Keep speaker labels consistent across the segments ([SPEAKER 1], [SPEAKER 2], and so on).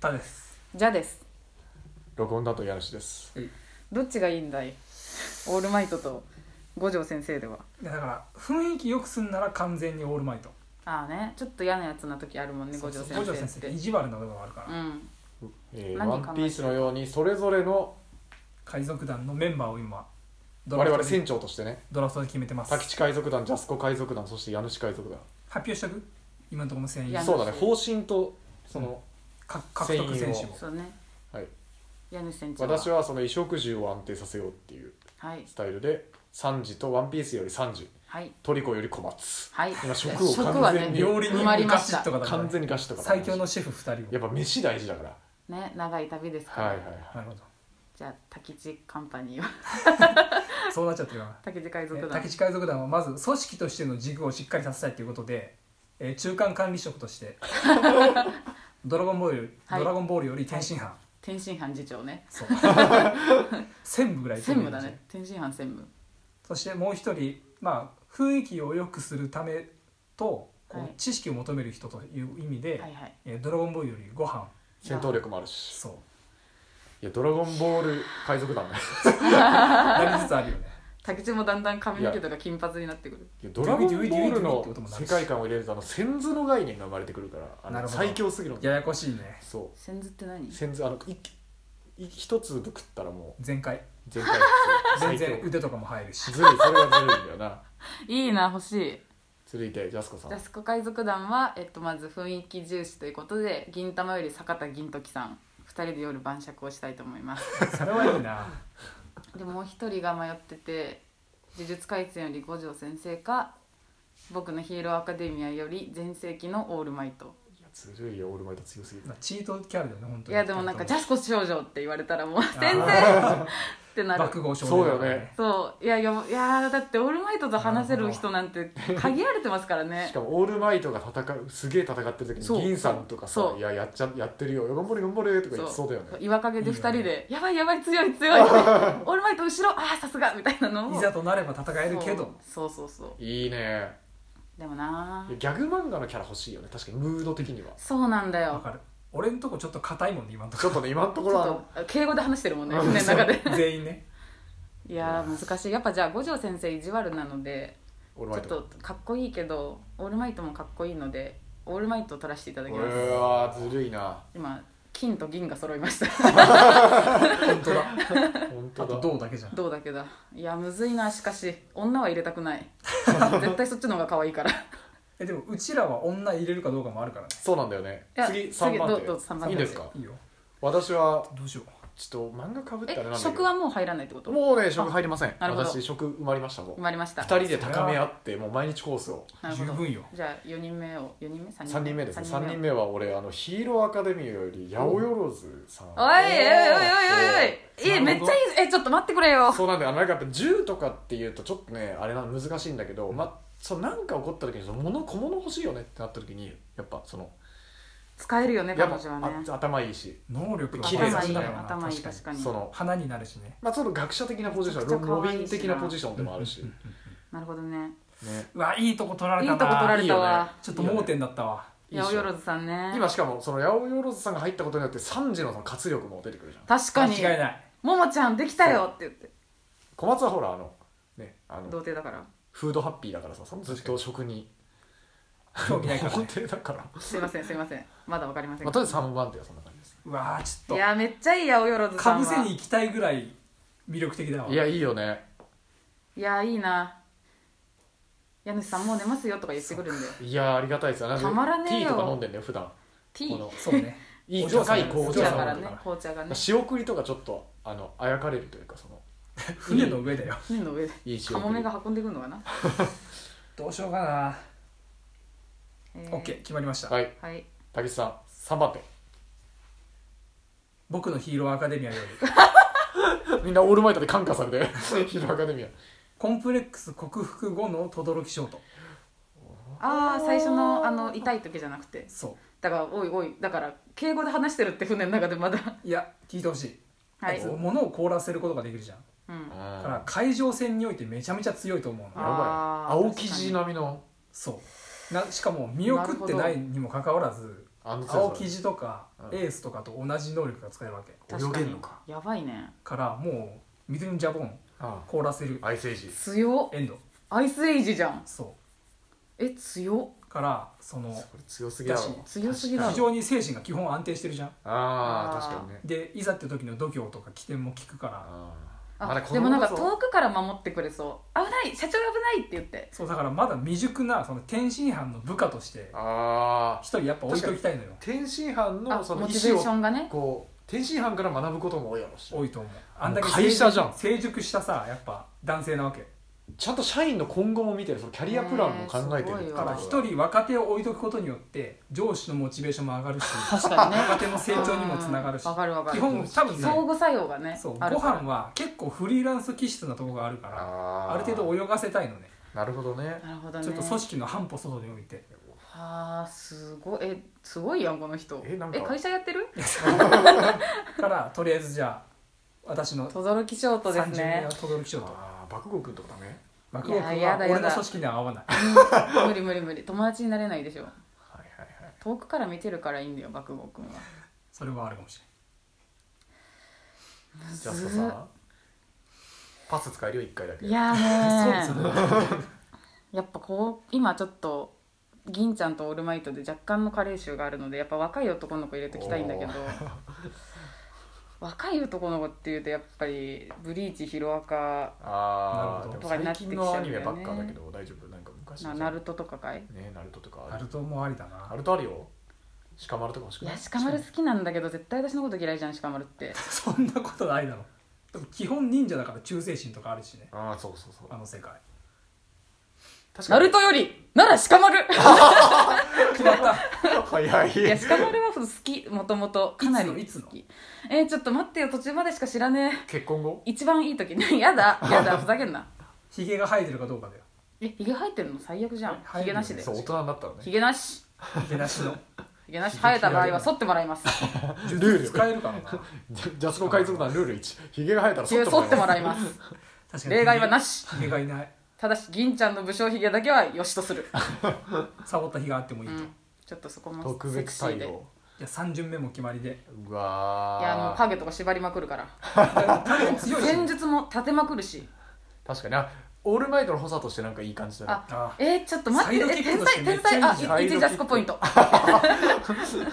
[SPEAKER 1] たです
[SPEAKER 2] じゃです
[SPEAKER 3] 録音だと家主です
[SPEAKER 2] どっちがいいんだいオールマイトと五条先生では
[SPEAKER 1] でだから雰囲気良くすんなら完全にオールマイト
[SPEAKER 2] ああねちょっと嫌なやつな時あるもんね
[SPEAKER 1] そ
[SPEAKER 2] 五
[SPEAKER 1] う
[SPEAKER 2] 条
[SPEAKER 1] そう
[SPEAKER 2] 先生
[SPEAKER 1] 五条先
[SPEAKER 2] っ
[SPEAKER 1] 生って
[SPEAKER 2] て
[SPEAKER 1] 意地悪な部分があるから、
[SPEAKER 2] うん
[SPEAKER 3] えー
[SPEAKER 2] 何考えて
[SPEAKER 3] ワンピースのようにそれぞれの
[SPEAKER 1] 海賊団のメンバーを今ド
[SPEAKER 3] 我
[SPEAKER 1] ラフト
[SPEAKER 3] 々
[SPEAKER 1] で
[SPEAKER 3] 船長としてね
[SPEAKER 1] ドラフトで決めてます
[SPEAKER 3] 滝
[SPEAKER 1] 発
[SPEAKER 3] 地海賊団ジャスコ海賊団そして家主海賊団
[SPEAKER 1] 表しとく今のところの船
[SPEAKER 2] いや
[SPEAKER 1] 員
[SPEAKER 3] そうだね方針とその、
[SPEAKER 1] か獲得選手
[SPEAKER 3] 船員
[SPEAKER 1] も
[SPEAKER 3] を
[SPEAKER 2] そうね
[SPEAKER 3] はい、
[SPEAKER 2] 家主船長
[SPEAKER 3] 私はその衣食住を安定させようっていう
[SPEAKER 2] はい
[SPEAKER 3] スタイルで3時とワンピースより3時
[SPEAKER 2] はい
[SPEAKER 3] トリコより小松
[SPEAKER 2] はい
[SPEAKER 3] 今食を
[SPEAKER 2] は
[SPEAKER 3] 完全
[SPEAKER 2] ね
[SPEAKER 3] に
[SPEAKER 1] 料理人
[SPEAKER 2] 埋まり
[SPEAKER 1] も
[SPEAKER 2] ま
[SPEAKER 1] ガ
[SPEAKER 2] し
[SPEAKER 1] チッ
[SPEAKER 2] た
[SPEAKER 1] とかだから
[SPEAKER 3] 完全に貸しとか
[SPEAKER 1] 最強のシェフ2人
[SPEAKER 3] や
[SPEAKER 1] を
[SPEAKER 3] っぱ飯大事だから
[SPEAKER 2] ね長い旅ですから、
[SPEAKER 3] はいはいはい
[SPEAKER 1] なるほど
[SPEAKER 2] じゃあ滝地カンパニーは
[SPEAKER 1] そうなっちゃってるな
[SPEAKER 2] 滝地海賊
[SPEAKER 1] えー
[SPEAKER 2] 団
[SPEAKER 1] 竹地海賊団はまず組織としての軸をしっかりさせたいということで、えー中間管理職としてドラゴンボールより、
[SPEAKER 2] はい
[SPEAKER 1] ドラゴンボールより天津飯、
[SPEAKER 2] 天津飯次長ね
[SPEAKER 1] そう専務ぐらい
[SPEAKER 2] 専務だね天津飯専務
[SPEAKER 1] そしてもう一人まあ雰囲気を良くするためとこ
[SPEAKER 2] は
[SPEAKER 1] う
[SPEAKER 2] い
[SPEAKER 1] 知識を求める人という意味で、
[SPEAKER 2] はいはい
[SPEAKER 1] えードラゴンボールよりご飯
[SPEAKER 3] 戦闘力もあるし
[SPEAKER 1] そう
[SPEAKER 3] いやドラゴンボール海賊団ね
[SPEAKER 1] なりつつあるよね
[SPEAKER 2] 竹地もだんだん髪の毛とか金髪になってくる
[SPEAKER 3] いやドラゴンボールの世界観を入れるとあの先図の概念が生まれてくるからあ
[SPEAKER 1] なる
[SPEAKER 3] の
[SPEAKER 1] ほど
[SPEAKER 3] 最強すぎるの
[SPEAKER 1] ややこしいね
[SPEAKER 3] そ
[SPEAKER 2] 先ずって何
[SPEAKER 3] う先図あのいい一粒食ったらもう
[SPEAKER 1] 全開
[SPEAKER 3] 全体
[SPEAKER 1] 全
[SPEAKER 3] 最強
[SPEAKER 1] 然腕とかも入るし
[SPEAKER 3] ずるいそれはずるいんだよない
[SPEAKER 2] いな欲しい
[SPEAKER 3] ずるいでジャスコさん
[SPEAKER 2] ジャスコ海賊団は、えっと、まず雰囲気重視ということで銀玉より坂田銀時さん2人で夜晩酌をしたいと思います
[SPEAKER 1] それはいいな
[SPEAKER 2] でもう1人が迷ってて「呪術廻戦」より五条先生か「僕のヒーローアカデミア」より全盛期のオールマイト
[SPEAKER 3] いやずるいよオールマイト強すぎる
[SPEAKER 1] まあチートキャラだよね本当
[SPEAKER 2] い
[SPEAKER 1] に
[SPEAKER 2] やでもなんか「ジャスコ少女」って言われたら もう先生
[SPEAKER 1] あ
[SPEAKER 2] って
[SPEAKER 1] ー
[SPEAKER 2] な
[SPEAKER 1] 爆
[SPEAKER 2] る
[SPEAKER 1] 豪少年
[SPEAKER 3] そうだよね
[SPEAKER 2] そういやいやいやだってオールマイトと話せる人なんて限られてますからね
[SPEAKER 3] しかもオールマイトが戦うすげえ戦ってる時
[SPEAKER 2] そう
[SPEAKER 3] に銀さんとかさ
[SPEAKER 2] そ
[SPEAKER 3] 「
[SPEAKER 2] う
[SPEAKER 3] いややっちゃやってるよ頑張れ頑張れ」とか言ってそうだよ
[SPEAKER 2] そう
[SPEAKER 3] ね
[SPEAKER 2] 岩陰で2人
[SPEAKER 1] いいよ
[SPEAKER 2] で「やばいやばい強い 強い」オールマイト後ろああさすが」みたいなの
[SPEAKER 1] い
[SPEAKER 2] を
[SPEAKER 1] ざとなれば戦えるけど
[SPEAKER 2] そうそうそうそ
[SPEAKER 3] いいね
[SPEAKER 2] うでもない
[SPEAKER 3] やギャグ漫画のキャラ欲しいよね確かにムード的には
[SPEAKER 2] そうなんだ
[SPEAKER 1] わ
[SPEAKER 2] よ
[SPEAKER 1] かる俺んとこちょっと硬いもんね今んと
[SPEAKER 3] ちょっ
[SPEAKER 1] こと
[SPEAKER 3] ね今のと
[SPEAKER 2] ち
[SPEAKER 3] ころはあ
[SPEAKER 2] ょ
[SPEAKER 3] の
[SPEAKER 2] っと敬語で話してるもんね
[SPEAKER 3] うん
[SPEAKER 2] 船の中 で
[SPEAKER 1] 全員ね
[SPEAKER 2] いやー難しいやっぱじゃあ五条先生意地悪なので
[SPEAKER 3] オール
[SPEAKER 2] ち
[SPEAKER 3] マ
[SPEAKER 2] ょ
[SPEAKER 3] イ
[SPEAKER 2] っ
[SPEAKER 3] ト
[SPEAKER 2] とかっこいいけどオールマイトもかっこいいのでオールマイトを取らせていただき
[SPEAKER 3] こ
[SPEAKER 2] ます
[SPEAKER 3] れはずるいな
[SPEAKER 2] 今金と銀が揃いました
[SPEAKER 1] 本当だ
[SPEAKER 3] 本
[SPEAKER 1] あ
[SPEAKER 3] 当
[SPEAKER 1] と
[SPEAKER 3] だ
[SPEAKER 1] 銅だけじゃん
[SPEAKER 2] どうだけだいやむずいなしかし女は入れたくない 絶対そっちの方が可愛いから
[SPEAKER 1] えでもうちらは女入れるかどうかもあるからね
[SPEAKER 3] そうなんだよね
[SPEAKER 2] いや
[SPEAKER 3] 次
[SPEAKER 2] 次
[SPEAKER 3] 3
[SPEAKER 2] ど
[SPEAKER 3] 番
[SPEAKER 2] うどう三番
[SPEAKER 3] 手いいですか
[SPEAKER 1] いいよ
[SPEAKER 3] 私は
[SPEAKER 1] どうしよ
[SPEAKER 3] ちょっと漫画かぶったらな
[SPEAKER 2] え
[SPEAKER 3] んだけど
[SPEAKER 2] 食はもう入らないってこと
[SPEAKER 3] もうね食入りません
[SPEAKER 2] なるほど
[SPEAKER 3] 私食埋まりましたも
[SPEAKER 2] 埋
[SPEAKER 3] う
[SPEAKER 2] まりました
[SPEAKER 3] 2人で高め合ってもう毎日コースを
[SPEAKER 2] な
[SPEAKER 1] う
[SPEAKER 2] るほ
[SPEAKER 1] 十
[SPEAKER 2] ど
[SPEAKER 1] 分よ
[SPEAKER 2] じゃあ4人目を4人目3
[SPEAKER 3] 3人目ですね3人目は俺あのヒーローアカデミーより八百万さん
[SPEAKER 2] おいおいおいおいおいおいえ
[SPEAKER 1] な
[SPEAKER 2] め
[SPEAKER 1] る
[SPEAKER 2] っ
[SPEAKER 1] ほど
[SPEAKER 2] ちゃいいえちょっと待ってくれよ
[SPEAKER 3] そうなんだよあのなんかやっぱ銃とかっていうとちょっとねあれな難しいんだけど、ま、そうなんか起こった時にその物小物欲しいよねってなった時にやっぱその
[SPEAKER 2] 使えるよね
[SPEAKER 3] や
[SPEAKER 2] 彼
[SPEAKER 3] っぱ
[SPEAKER 2] 女はね
[SPEAKER 3] あ頭いいし、
[SPEAKER 1] 能力が
[SPEAKER 3] 綺麗だ
[SPEAKER 2] 頭いい
[SPEAKER 3] ね
[SPEAKER 2] 頭いい確かに
[SPEAKER 3] その、
[SPEAKER 1] 花になるしね
[SPEAKER 3] まあ、その学者的なポジション
[SPEAKER 2] めちゃくちゃ
[SPEAKER 3] ロ
[SPEAKER 2] 可
[SPEAKER 3] ビ
[SPEAKER 2] 愛
[SPEAKER 3] ン
[SPEAKER 2] いしな
[SPEAKER 3] 的なポジションでもあるし、
[SPEAKER 1] うんうん
[SPEAKER 2] なるほどね
[SPEAKER 3] ね、
[SPEAKER 1] うわいいとこ取ら
[SPEAKER 2] い
[SPEAKER 1] れ
[SPEAKER 2] い
[SPEAKER 1] た
[SPEAKER 2] とこ取
[SPEAKER 1] な
[SPEAKER 2] られたわ
[SPEAKER 1] ちょっと盲点だったわ
[SPEAKER 3] いいっ
[SPEAKER 2] 八
[SPEAKER 3] しょ
[SPEAKER 2] 百万さんね
[SPEAKER 3] 今しかもその八百万さんが入ったことによって三時のその活力も出てくるじゃん
[SPEAKER 1] 間
[SPEAKER 2] 確かに
[SPEAKER 1] 違いない
[SPEAKER 2] ももちゃんできたよって言って
[SPEAKER 3] 小松はほらあのねあ
[SPEAKER 2] 童
[SPEAKER 3] の
[SPEAKER 2] 貞だから
[SPEAKER 3] フードハッピーだからさそのずっと食に
[SPEAKER 1] 興味ない からね
[SPEAKER 3] 肯定だから、ます
[SPEAKER 2] いませんすいませんまだわかりま
[SPEAKER 3] あ、と
[SPEAKER 2] せん
[SPEAKER 3] りあえず3番手はそんな感じです
[SPEAKER 1] うわち
[SPEAKER 2] い
[SPEAKER 1] ょっ
[SPEAKER 2] やめっちゃいい八百
[SPEAKER 1] と
[SPEAKER 2] 万さ
[SPEAKER 1] か
[SPEAKER 2] ん
[SPEAKER 1] ぶせ
[SPEAKER 2] は
[SPEAKER 1] に行きたいぐらい魅力的だわ
[SPEAKER 3] いやいいよね
[SPEAKER 2] いやいいな家主さんもう寝ますよとか言ってくるんで
[SPEAKER 3] いやーありがたいですよなんか
[SPEAKER 2] たまらねえよ
[SPEAKER 3] ティーとか飲んでんだよ普段
[SPEAKER 2] テ
[SPEAKER 3] こ
[SPEAKER 2] ィー
[SPEAKER 3] の
[SPEAKER 1] そう ね
[SPEAKER 3] いい
[SPEAKER 1] お嬢さん
[SPEAKER 3] 若い子
[SPEAKER 2] 好
[SPEAKER 3] お
[SPEAKER 2] き
[SPEAKER 3] 嬢
[SPEAKER 2] だ
[SPEAKER 3] さん
[SPEAKER 2] から
[SPEAKER 3] だか
[SPEAKER 2] ね
[SPEAKER 3] ら
[SPEAKER 2] 紅茶がね
[SPEAKER 3] 仕送りとかちょっとあのあやかれるというかその
[SPEAKER 1] 船の上だよ
[SPEAKER 2] 船の上で
[SPEAKER 3] いい仕
[SPEAKER 2] カモ
[SPEAKER 3] 送
[SPEAKER 2] メ
[SPEAKER 3] り
[SPEAKER 2] が運んでくるのかな
[SPEAKER 1] どうしようかな
[SPEAKER 2] えー
[SPEAKER 1] OK 決まりました
[SPEAKER 3] はい
[SPEAKER 2] はい
[SPEAKER 3] 竹内さん3番
[SPEAKER 1] 僕のヒーローアカデミアより
[SPEAKER 3] 手みんなオールマイトで感化されてヒーローアカデミア
[SPEAKER 1] コンプレックス克服後の轟ショート
[SPEAKER 2] ああ最初のあの痛い時じゃなくて
[SPEAKER 1] そ
[SPEAKER 2] だからおいおいだから敬語で話してるって船の中でまだ
[SPEAKER 1] ういや聞いてほしい、
[SPEAKER 2] はい、
[SPEAKER 1] こう
[SPEAKER 2] う
[SPEAKER 1] 物を凍らせることができるじゃん
[SPEAKER 2] ん、
[SPEAKER 1] だ
[SPEAKER 3] あ
[SPEAKER 1] か
[SPEAKER 3] ー
[SPEAKER 1] ら海上戦においてめちゃめちゃ強いと思うのよ
[SPEAKER 2] あー
[SPEAKER 3] やばい青生地並みの
[SPEAKER 1] そうなしかも見送ってないにもかかわらず
[SPEAKER 3] あの
[SPEAKER 1] 青生地とか
[SPEAKER 3] うん
[SPEAKER 1] エースとかと同じ能力が使えるわけ
[SPEAKER 2] 確か
[SPEAKER 3] 泳
[SPEAKER 2] に
[SPEAKER 3] げんのか
[SPEAKER 2] やばいね
[SPEAKER 1] からもう水にジャボン
[SPEAKER 3] あ
[SPEAKER 1] 凍らせる
[SPEAKER 3] あアイスエイジ
[SPEAKER 2] 強っ
[SPEAKER 1] エンド
[SPEAKER 2] アイスエイジじゃん
[SPEAKER 1] そ
[SPEAKER 2] え強っ
[SPEAKER 1] うからその
[SPEAKER 3] それ強すぎだろ
[SPEAKER 1] だし
[SPEAKER 2] 強すぎだろ
[SPEAKER 1] 非常に精神が基本安定してるじゃん
[SPEAKER 3] あ
[SPEAKER 2] あー
[SPEAKER 3] あ確かにね
[SPEAKER 1] でいざって時の度胸とか起点も効くから
[SPEAKER 3] あー
[SPEAKER 2] あ、
[SPEAKER 3] まだ子
[SPEAKER 2] でも
[SPEAKER 3] 供
[SPEAKER 2] なん
[SPEAKER 3] だ
[SPEAKER 2] か
[SPEAKER 3] ぞ
[SPEAKER 2] 遠くから守ってくれそう危ない社長危ないって言って
[SPEAKER 1] そうだからまだ未熟なその天津飯の部下として
[SPEAKER 3] ああ
[SPEAKER 1] 一人やっぱ置いときたいのよ
[SPEAKER 3] 天津飯
[SPEAKER 2] あ
[SPEAKER 3] のそ
[SPEAKER 2] モ
[SPEAKER 3] の意
[SPEAKER 2] チベ
[SPEAKER 3] 思
[SPEAKER 2] ーショ
[SPEAKER 3] を
[SPEAKER 2] ンがね
[SPEAKER 3] こう天津飯から学ぶことも多いやろうし
[SPEAKER 1] 多いと思うあんだけ
[SPEAKER 3] 会社じゃん
[SPEAKER 1] 成熟したさやっぱ男性なわけ
[SPEAKER 3] ちゃんと社員の今後も見てるそのキャリアプランも考えて
[SPEAKER 2] ねえ
[SPEAKER 3] る
[SPEAKER 1] だから一人若手を置いとくことによって上司のモチベーションも上がる し
[SPEAKER 2] 確かにね
[SPEAKER 1] 若手の成長にもつながるし
[SPEAKER 2] うんわかるわかる
[SPEAKER 1] 基本多分ね
[SPEAKER 2] 相互作用がね
[SPEAKER 1] そうご
[SPEAKER 2] あるから
[SPEAKER 1] 飯は結構フリーランス気質なところがあるからあ
[SPEAKER 3] あ
[SPEAKER 1] る程度泳がせたいのね
[SPEAKER 3] 度なるほどね
[SPEAKER 2] なるほどね
[SPEAKER 1] ちょっと組織の半歩外に置いて
[SPEAKER 2] はあすごいえすごいやんこの人
[SPEAKER 3] えなんか
[SPEAKER 2] 会社やってる
[SPEAKER 1] からとりあえずじゃあ私の
[SPEAKER 2] 轟きショートで
[SPEAKER 1] 30
[SPEAKER 2] す
[SPEAKER 1] 名
[SPEAKER 2] ね
[SPEAKER 1] は轟きしようと
[SPEAKER 3] ああ爆豪君とかダメ
[SPEAKER 1] 幕尾君
[SPEAKER 2] いやや
[SPEAKER 1] は
[SPEAKER 2] だやだ
[SPEAKER 1] 俺の組織には合わない
[SPEAKER 2] 無理無理無理友達になれないでしょ
[SPEAKER 3] はいはいはい
[SPEAKER 2] 遠くから見てるからいいんだよ爆豪君は
[SPEAKER 1] それはあるかもし
[SPEAKER 3] ジャスト
[SPEAKER 2] ず
[SPEAKER 3] さパス使えるよ一回だけ
[SPEAKER 2] いや
[SPEAKER 1] れない
[SPEAKER 2] ーね
[SPEAKER 1] そう
[SPEAKER 2] ー
[SPEAKER 1] ですよね
[SPEAKER 2] やっぱこう今ちょっと銀ちゃんとオールマイトで若干の加齢臭があるのでやっぱ若い男の子入れときたいんだけど若い男の子っていうとやっぱりブリーチヒロアカ
[SPEAKER 1] な
[SPEAKER 3] あ
[SPEAKER 1] る
[SPEAKER 3] あ
[SPEAKER 1] ほ
[SPEAKER 3] で
[SPEAKER 1] ど
[SPEAKER 3] も最近のアニメばっかだけど大丈夫なんか昔
[SPEAKER 2] な
[SPEAKER 3] の
[SPEAKER 2] ナルトとかかい
[SPEAKER 3] ねナルトとか
[SPEAKER 1] ナルトもありだ
[SPEAKER 3] ナ
[SPEAKER 1] な
[SPEAKER 3] ルトあるよ鹿丸とか欲し
[SPEAKER 2] い
[SPEAKER 3] くない
[SPEAKER 2] や鹿丸好きなんだけど絶対私のこと嫌いじゃん鹿丸って
[SPEAKER 1] そんなことないだろでも基本忍者だから忠誠心とかあるしね
[SPEAKER 3] ああそうそうそう
[SPEAKER 1] あの世界
[SPEAKER 3] 確
[SPEAKER 2] ナルトよりなら鹿丸い
[SPEAKER 1] 決まった
[SPEAKER 3] 早い
[SPEAKER 2] や鹿丸は好きもともとかなり好き
[SPEAKER 1] いつのいつの
[SPEAKER 2] えー、ちょっと待ってよ途中までしか知らね
[SPEAKER 3] 結婚後
[SPEAKER 2] え一番いい時ね やだやだふざけんな
[SPEAKER 1] ヒゲが生えてるかどうかだよ
[SPEAKER 2] えヒゲ生えてるの最悪じゃん
[SPEAKER 1] 生える
[SPEAKER 2] ヒゲ
[SPEAKER 1] よね
[SPEAKER 2] なしで
[SPEAKER 3] そう大人になったら
[SPEAKER 2] ヒ
[SPEAKER 3] ね
[SPEAKER 2] ゲなし
[SPEAKER 1] ヒゲなしの
[SPEAKER 2] ヒゲなし生えた場合は剃ってもらいます
[SPEAKER 1] ル
[SPEAKER 3] ール
[SPEAKER 1] 使えるからな
[SPEAKER 3] ジャジャスコ海賊団ルール1ヒゲが生えたら
[SPEAKER 2] 中剃ってもら
[SPEAKER 3] い
[SPEAKER 2] います
[SPEAKER 1] 確かに
[SPEAKER 2] 例外はなし
[SPEAKER 1] ヒゲがいない
[SPEAKER 2] ただし銀ちゃんの武将ヒゲだけはよしとする、
[SPEAKER 1] サボった日があってもいういと、
[SPEAKER 2] ん、ちょっとそこも
[SPEAKER 3] 特
[SPEAKER 2] セク
[SPEAKER 3] 別
[SPEAKER 2] シー
[SPEAKER 3] 対
[SPEAKER 2] でい
[SPEAKER 3] 応
[SPEAKER 1] じゃあ3巡目も決まり で
[SPEAKER 3] うわー
[SPEAKER 2] やもう影とか縛りまくるから
[SPEAKER 1] 強いし
[SPEAKER 2] 戦術も立てまくるし
[SPEAKER 3] 確かにあオールマイトの補佐としてなんかいい感じだね
[SPEAKER 2] あ
[SPEAKER 1] あ
[SPEAKER 2] えー、ちょっと待っ
[SPEAKER 1] サ
[SPEAKER 2] て
[SPEAKER 1] イド
[SPEAKER 2] え
[SPEAKER 1] キック
[SPEAKER 2] 天
[SPEAKER 1] として
[SPEAKER 2] 才
[SPEAKER 1] めっ
[SPEAKER 2] 天
[SPEAKER 1] ちゃいいじ
[SPEAKER 2] 才
[SPEAKER 1] ゃん
[SPEAKER 2] あ1ジャスコポイント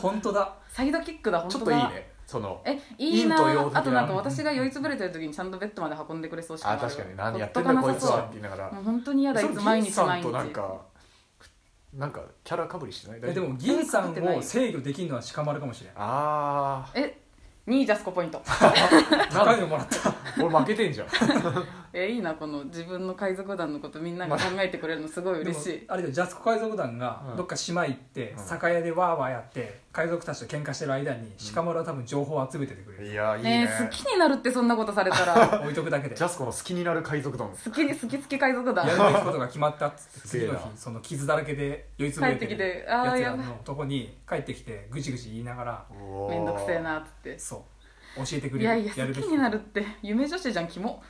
[SPEAKER 1] 本当だ
[SPEAKER 2] サイドキックだ本
[SPEAKER 3] ち
[SPEAKER 2] 当
[SPEAKER 3] ょっ
[SPEAKER 2] だ
[SPEAKER 3] といいねその
[SPEAKER 2] えいい
[SPEAKER 3] 陰と
[SPEAKER 2] な
[SPEAKER 3] 陽的な
[SPEAKER 2] あとなんか私が酔いつぶれてる時にちゃんとベッドまで運んでくれそうし
[SPEAKER 3] あ
[SPEAKER 2] もる
[SPEAKER 3] 確かに何やって
[SPEAKER 2] ほとか
[SPEAKER 3] んだ
[SPEAKER 2] な
[SPEAKER 3] こ
[SPEAKER 2] さ
[SPEAKER 3] いつ
[SPEAKER 2] そう
[SPEAKER 3] はって言いながら
[SPEAKER 2] もう本当に嫌だいつ毎日
[SPEAKER 3] その
[SPEAKER 2] 毎
[SPEAKER 3] 銀さんと
[SPEAKER 2] 日
[SPEAKER 3] なんかなんかキャラかぶりしてない
[SPEAKER 1] えで
[SPEAKER 3] 大丈夫
[SPEAKER 1] も銀さんを制御できるのは鹿丸かもしれん
[SPEAKER 3] あ
[SPEAKER 2] え2ジャスコポイント
[SPEAKER 1] 高いのもらった
[SPEAKER 3] あ 俺負けてんじゃん
[SPEAKER 2] えいいなこの自分の海賊団のことみんなが考えてくれるのすごい嬉し
[SPEAKER 1] でも
[SPEAKER 2] い
[SPEAKER 1] あれだよジャスコ海賊団が
[SPEAKER 3] うん
[SPEAKER 1] どっか島行って、
[SPEAKER 3] うん
[SPEAKER 1] 酒屋でワーワーやって海賊たちと喧嘩してる間に鹿丸は多分情報を集めててくれる、
[SPEAKER 3] いやいい
[SPEAKER 2] ね
[SPEAKER 3] ね
[SPEAKER 2] え好きになるってそんなことされたら
[SPEAKER 1] 置いとくだけで
[SPEAKER 3] ジ
[SPEAKER 1] や
[SPEAKER 3] ャスコの好きになる海賊団
[SPEAKER 2] 好きに好き好き海賊団
[SPEAKER 1] るべきことが決まったっつって
[SPEAKER 3] す
[SPEAKER 1] 次
[SPEAKER 3] げえ
[SPEAKER 1] の
[SPEAKER 3] な
[SPEAKER 1] 日その傷だらけで酔いつぶ
[SPEAKER 2] 帰
[SPEAKER 1] れ
[SPEAKER 2] ってて
[SPEAKER 1] る
[SPEAKER 2] きてあ
[SPEAKER 1] や
[SPEAKER 2] あ
[SPEAKER 1] つ
[SPEAKER 2] や
[SPEAKER 1] ら
[SPEAKER 2] ばい
[SPEAKER 1] のとこに帰ってきてぐちぐち言いながら
[SPEAKER 2] めん
[SPEAKER 3] 面
[SPEAKER 2] どくせえなっつって
[SPEAKER 1] そう教えてくれ
[SPEAKER 2] い
[SPEAKER 1] る
[SPEAKER 2] やいや好
[SPEAKER 1] やるべ
[SPEAKER 2] き
[SPEAKER 1] き
[SPEAKER 2] になるって夢女子じゃんキモ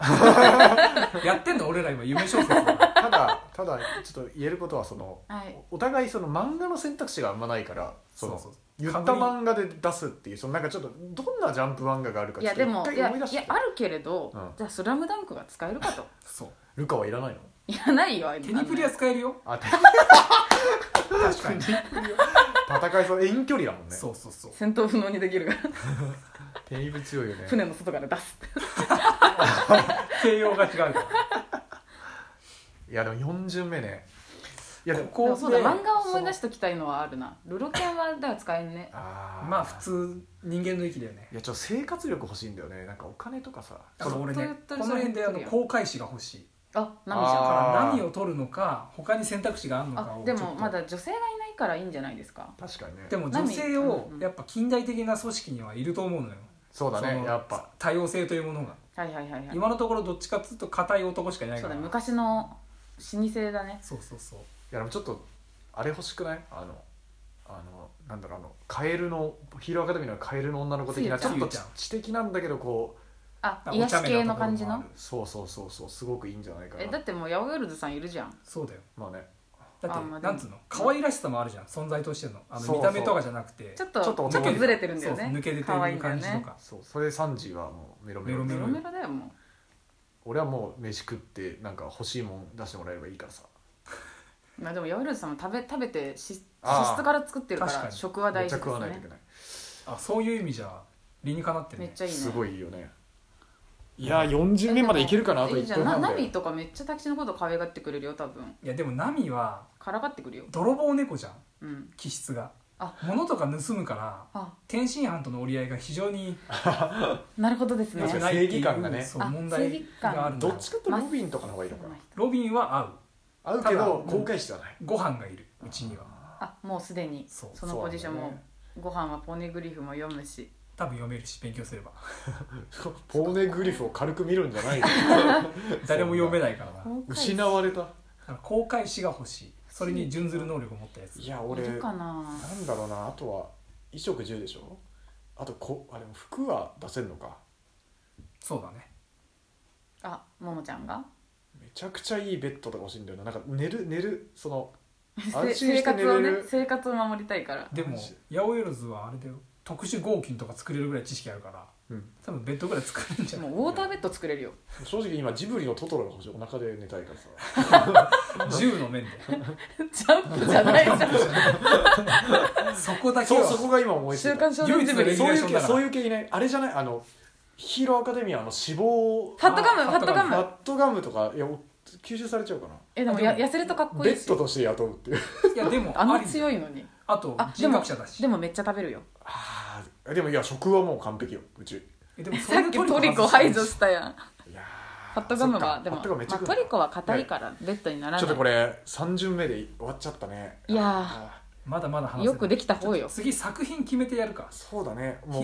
[SPEAKER 1] やってんの俺ら今夢小説だから
[SPEAKER 3] ただただちょっと言えることはその
[SPEAKER 2] はい
[SPEAKER 3] お互いその漫画の選択肢があんまないからその
[SPEAKER 1] そうそう
[SPEAKER 3] 言った漫画で出すっていうそのなんかちょっとどんなジャンプ漫画があるか
[SPEAKER 2] い
[SPEAKER 3] ちょ
[SPEAKER 2] や
[SPEAKER 3] っと
[SPEAKER 2] で
[SPEAKER 3] 一
[SPEAKER 2] もい
[SPEAKER 3] 回
[SPEAKER 2] や
[SPEAKER 3] 思い出
[SPEAKER 2] い
[SPEAKER 3] し
[SPEAKER 2] や
[SPEAKER 3] て
[SPEAKER 2] あるけれど、
[SPEAKER 3] うん
[SPEAKER 2] じゃあ「スラムダンクが使えるかと
[SPEAKER 1] そう
[SPEAKER 3] ルカはいらないの
[SPEAKER 2] いやないよあんな
[SPEAKER 1] テニプリは使えるよ
[SPEAKER 3] あて
[SPEAKER 1] 確かに
[SPEAKER 3] 戦いそう遠距離だもんね
[SPEAKER 1] そうそうそう
[SPEAKER 2] 戦闘不能にできるから
[SPEAKER 3] テニブ強いよね
[SPEAKER 2] 船の外から出す
[SPEAKER 1] 形容が違うから
[SPEAKER 3] いやでも4巡目ねいやでも
[SPEAKER 2] でも
[SPEAKER 1] こ
[SPEAKER 2] そ
[SPEAKER 1] こ
[SPEAKER 2] うだ
[SPEAKER 1] で
[SPEAKER 2] 漫画を思い出しときたいのはあるなルロケンはだから使えんね
[SPEAKER 3] あー
[SPEAKER 1] まあ普通人間の域だよね
[SPEAKER 3] いやちょっと生活力欲しいんだよねなんかお金とかさ
[SPEAKER 1] だから俺
[SPEAKER 2] ずっ
[SPEAKER 1] ね
[SPEAKER 2] と言って
[SPEAKER 1] こ
[SPEAKER 2] る
[SPEAKER 1] の辺であの
[SPEAKER 2] それ
[SPEAKER 1] 航海士が欲しい
[SPEAKER 2] あナミちゃん
[SPEAKER 1] だ
[SPEAKER 3] あ
[SPEAKER 1] から
[SPEAKER 3] ー
[SPEAKER 1] 何を取るのか他に選択肢があるのか
[SPEAKER 2] あ
[SPEAKER 1] を
[SPEAKER 2] で
[SPEAKER 1] ちょっ
[SPEAKER 2] も
[SPEAKER 1] と
[SPEAKER 2] まだ女性がいないからいいんじゃないですか
[SPEAKER 3] 確かにね
[SPEAKER 1] でも女性を
[SPEAKER 2] 何
[SPEAKER 1] やっぱ近代的な組織にはいると思うのよ
[SPEAKER 3] そうだ
[SPEAKER 1] そ
[SPEAKER 3] ね
[SPEAKER 1] の
[SPEAKER 3] やっぱ
[SPEAKER 1] 多様性というものが
[SPEAKER 2] はいはいはいはい
[SPEAKER 1] 今のところどっちかっつうと硬い男しかいない
[SPEAKER 2] そ
[SPEAKER 1] か
[SPEAKER 2] う
[SPEAKER 1] ら
[SPEAKER 2] だ昔の老舗だね
[SPEAKER 1] そうそうそう
[SPEAKER 3] いやでもちょっとあれ欲しくないあのあのなんだろうあのカエルのヒーローアカデミーのカエルの女の子的な
[SPEAKER 2] つゆ
[SPEAKER 3] ち
[SPEAKER 2] ち
[SPEAKER 3] ょ
[SPEAKER 1] ゃん
[SPEAKER 3] っと
[SPEAKER 1] つゆちゃん
[SPEAKER 3] 知的なんだけどこ
[SPEAKER 2] あ
[SPEAKER 1] なんかお
[SPEAKER 2] 癒
[SPEAKER 1] 茶
[SPEAKER 2] し
[SPEAKER 1] 目
[SPEAKER 2] 系
[SPEAKER 1] なところもあ
[SPEAKER 2] の
[SPEAKER 1] る
[SPEAKER 2] 感じの
[SPEAKER 3] うそうそうそうそうすごくいいんじゃないか
[SPEAKER 2] え
[SPEAKER 3] な
[SPEAKER 2] だってもうヤオヨルズさんいるじゃん
[SPEAKER 1] そうだよ
[SPEAKER 3] まあね
[SPEAKER 1] だっ
[SPEAKER 2] あ
[SPEAKER 1] て
[SPEAKER 2] まあでも
[SPEAKER 1] なんつうの可愛らしさもあるじゃん存在としてのあ
[SPEAKER 3] そ
[SPEAKER 1] の
[SPEAKER 3] うそ
[SPEAKER 1] 見
[SPEAKER 3] う
[SPEAKER 1] た目とかじゃなくて
[SPEAKER 2] ちょっと
[SPEAKER 3] ち
[SPEAKER 2] ち
[SPEAKER 3] ょ
[SPEAKER 2] ょ
[SPEAKER 3] っ
[SPEAKER 2] っ
[SPEAKER 3] と
[SPEAKER 2] とずれてるんだよ
[SPEAKER 1] そう
[SPEAKER 2] ね
[SPEAKER 1] 抜け出てる
[SPEAKER 2] 可愛いんだよ
[SPEAKER 1] 感じと
[SPEAKER 2] ね
[SPEAKER 1] か
[SPEAKER 3] そうそれでサンジはもうメロメロ
[SPEAKER 1] メ
[SPEAKER 2] メ
[SPEAKER 1] ロ
[SPEAKER 2] ロメロだよも
[SPEAKER 3] 俺はもう飯食ってなんか欲しいもん出してもらえればいいからさ
[SPEAKER 2] うまあでも八百屋さんも食べ食べて脂質
[SPEAKER 3] あー
[SPEAKER 2] 脂質から作ってるか
[SPEAKER 1] 確からに
[SPEAKER 2] 食は
[SPEAKER 3] め
[SPEAKER 2] 大
[SPEAKER 3] っち
[SPEAKER 2] 事
[SPEAKER 3] ゃ
[SPEAKER 2] で
[SPEAKER 3] 食わ
[SPEAKER 2] す
[SPEAKER 3] ないといけ
[SPEAKER 2] ね
[SPEAKER 3] ない
[SPEAKER 1] あそういう意味じゃ理にかなってる
[SPEAKER 2] めっ
[SPEAKER 1] ね
[SPEAKER 2] ちゃいいね
[SPEAKER 3] すごいいいよねいやー40目までいけるかなあと
[SPEAKER 2] いい
[SPEAKER 3] 1
[SPEAKER 2] じゃん
[SPEAKER 3] 分
[SPEAKER 2] な
[SPEAKER 3] 半
[SPEAKER 2] ナビ
[SPEAKER 3] で
[SPEAKER 2] とかめっちゃタキシのこと可愛がってくれるよ多分
[SPEAKER 1] いやでもナミは
[SPEAKER 2] からかってくるよ
[SPEAKER 1] 泥棒猫じゃん
[SPEAKER 2] うん
[SPEAKER 1] 気質が
[SPEAKER 2] あ
[SPEAKER 1] 物とか盗むから
[SPEAKER 2] あ
[SPEAKER 1] 天津飯との折り合いが非常に
[SPEAKER 2] なるほどですね
[SPEAKER 1] 良く
[SPEAKER 3] 確か
[SPEAKER 1] な
[SPEAKER 3] に
[SPEAKER 1] いっていう
[SPEAKER 3] 正義感がね
[SPEAKER 1] そう
[SPEAKER 2] あ
[SPEAKER 1] 問題があるんだ
[SPEAKER 3] どっちかとロビンとかの方がいいのかな
[SPEAKER 1] ロビンは合う
[SPEAKER 3] 合うけ
[SPEAKER 1] た
[SPEAKER 3] ど
[SPEAKER 1] だ
[SPEAKER 3] 後悔してはない
[SPEAKER 1] ご飯がいるうちには
[SPEAKER 2] あもうすでに
[SPEAKER 1] そう
[SPEAKER 2] そのポジションも、ご飯はポネグリフも読むし
[SPEAKER 1] 多分読めるし勉強すれば
[SPEAKER 3] そうポーネグリフを軽く見るんじゃないよ
[SPEAKER 1] 誰も読めないからなだか
[SPEAKER 3] 失われた
[SPEAKER 1] ら公開誌が欲しいそれに準ずる能力を持ったやつ
[SPEAKER 3] いや
[SPEAKER 2] い
[SPEAKER 3] 俺
[SPEAKER 2] るか
[SPEAKER 3] な
[SPEAKER 2] なん
[SPEAKER 3] だろうなあとは衣食住でしょあとこあれ服は出せるのか
[SPEAKER 1] そうだね
[SPEAKER 2] あももちゃんが
[SPEAKER 3] めちゃくちゃいいベッドとか欲しいんだよななんか寝る寝るその
[SPEAKER 2] せ生
[SPEAKER 3] 安心して寝
[SPEAKER 2] 活を
[SPEAKER 3] れ
[SPEAKER 2] ね
[SPEAKER 3] る
[SPEAKER 2] 生活を守りたいから
[SPEAKER 1] でも
[SPEAKER 3] マ
[SPEAKER 1] 八
[SPEAKER 3] ジ
[SPEAKER 1] 百万はあれだよ特殊合金とか作れるぐらい知識あるから
[SPEAKER 3] うん
[SPEAKER 1] 多分ベッドぐらい作れるんじゃな
[SPEAKER 2] も
[SPEAKER 1] いう
[SPEAKER 2] ウォーターベッド作れるよ
[SPEAKER 3] 正直今ジブリのトトロが欲しいお腹で寝たいから さ
[SPEAKER 1] 銃の面で
[SPEAKER 2] ジャンプじゃないじゃん
[SPEAKER 1] そこだけ
[SPEAKER 3] そうそ
[SPEAKER 1] は
[SPEAKER 3] こが今思いつい
[SPEAKER 2] 週
[SPEAKER 3] た
[SPEAKER 2] 刊少年ジブ
[SPEAKER 1] 唯
[SPEAKER 2] リ
[SPEAKER 1] 一
[SPEAKER 2] フ
[SPEAKER 1] のレギュレー
[SPEAKER 3] そうい
[SPEAKER 1] ション
[SPEAKER 3] う
[SPEAKER 1] だ
[SPEAKER 3] 系
[SPEAKER 1] から
[SPEAKER 3] そういう系いないあれじゃないあのヒーローアカデミアの脂肪を
[SPEAKER 2] ァットガム
[SPEAKER 1] あ
[SPEAKER 2] ファットガ
[SPEAKER 1] フ
[SPEAKER 3] ファ
[SPEAKER 2] ム
[SPEAKER 3] ットガムとかいや吸収されちゃうかな
[SPEAKER 2] えでも
[SPEAKER 1] でも
[SPEAKER 2] や痩せるとかっこい
[SPEAKER 3] ベ
[SPEAKER 2] い
[SPEAKER 3] ッ
[SPEAKER 2] し
[SPEAKER 3] ドとして雇うっていう
[SPEAKER 1] いやでも
[SPEAKER 2] あの
[SPEAKER 1] り
[SPEAKER 2] 強いのに
[SPEAKER 1] あと
[SPEAKER 2] あで
[SPEAKER 1] 人
[SPEAKER 2] も
[SPEAKER 1] 格者だし
[SPEAKER 2] でもめっちゃ食べるよ
[SPEAKER 3] ああでもいや食はもう完璧ようち
[SPEAKER 1] えでもそ
[SPEAKER 2] さ
[SPEAKER 1] れ
[SPEAKER 2] っ
[SPEAKER 1] で
[SPEAKER 2] きトリ
[SPEAKER 1] 外
[SPEAKER 2] コ排
[SPEAKER 1] し
[SPEAKER 2] 除したやん
[SPEAKER 3] いや
[SPEAKER 2] ファットガムはでも、まあ、
[SPEAKER 3] めっちゃ食う
[SPEAKER 2] トリコは硬いからベッドにならない
[SPEAKER 3] ちょっとこれ3巡目で終わっちゃったね
[SPEAKER 2] いやー
[SPEAKER 3] あ
[SPEAKER 1] まだまだ話せない
[SPEAKER 2] よくできた方よ
[SPEAKER 1] 次作品決めてやるか
[SPEAKER 3] ーそうだねもう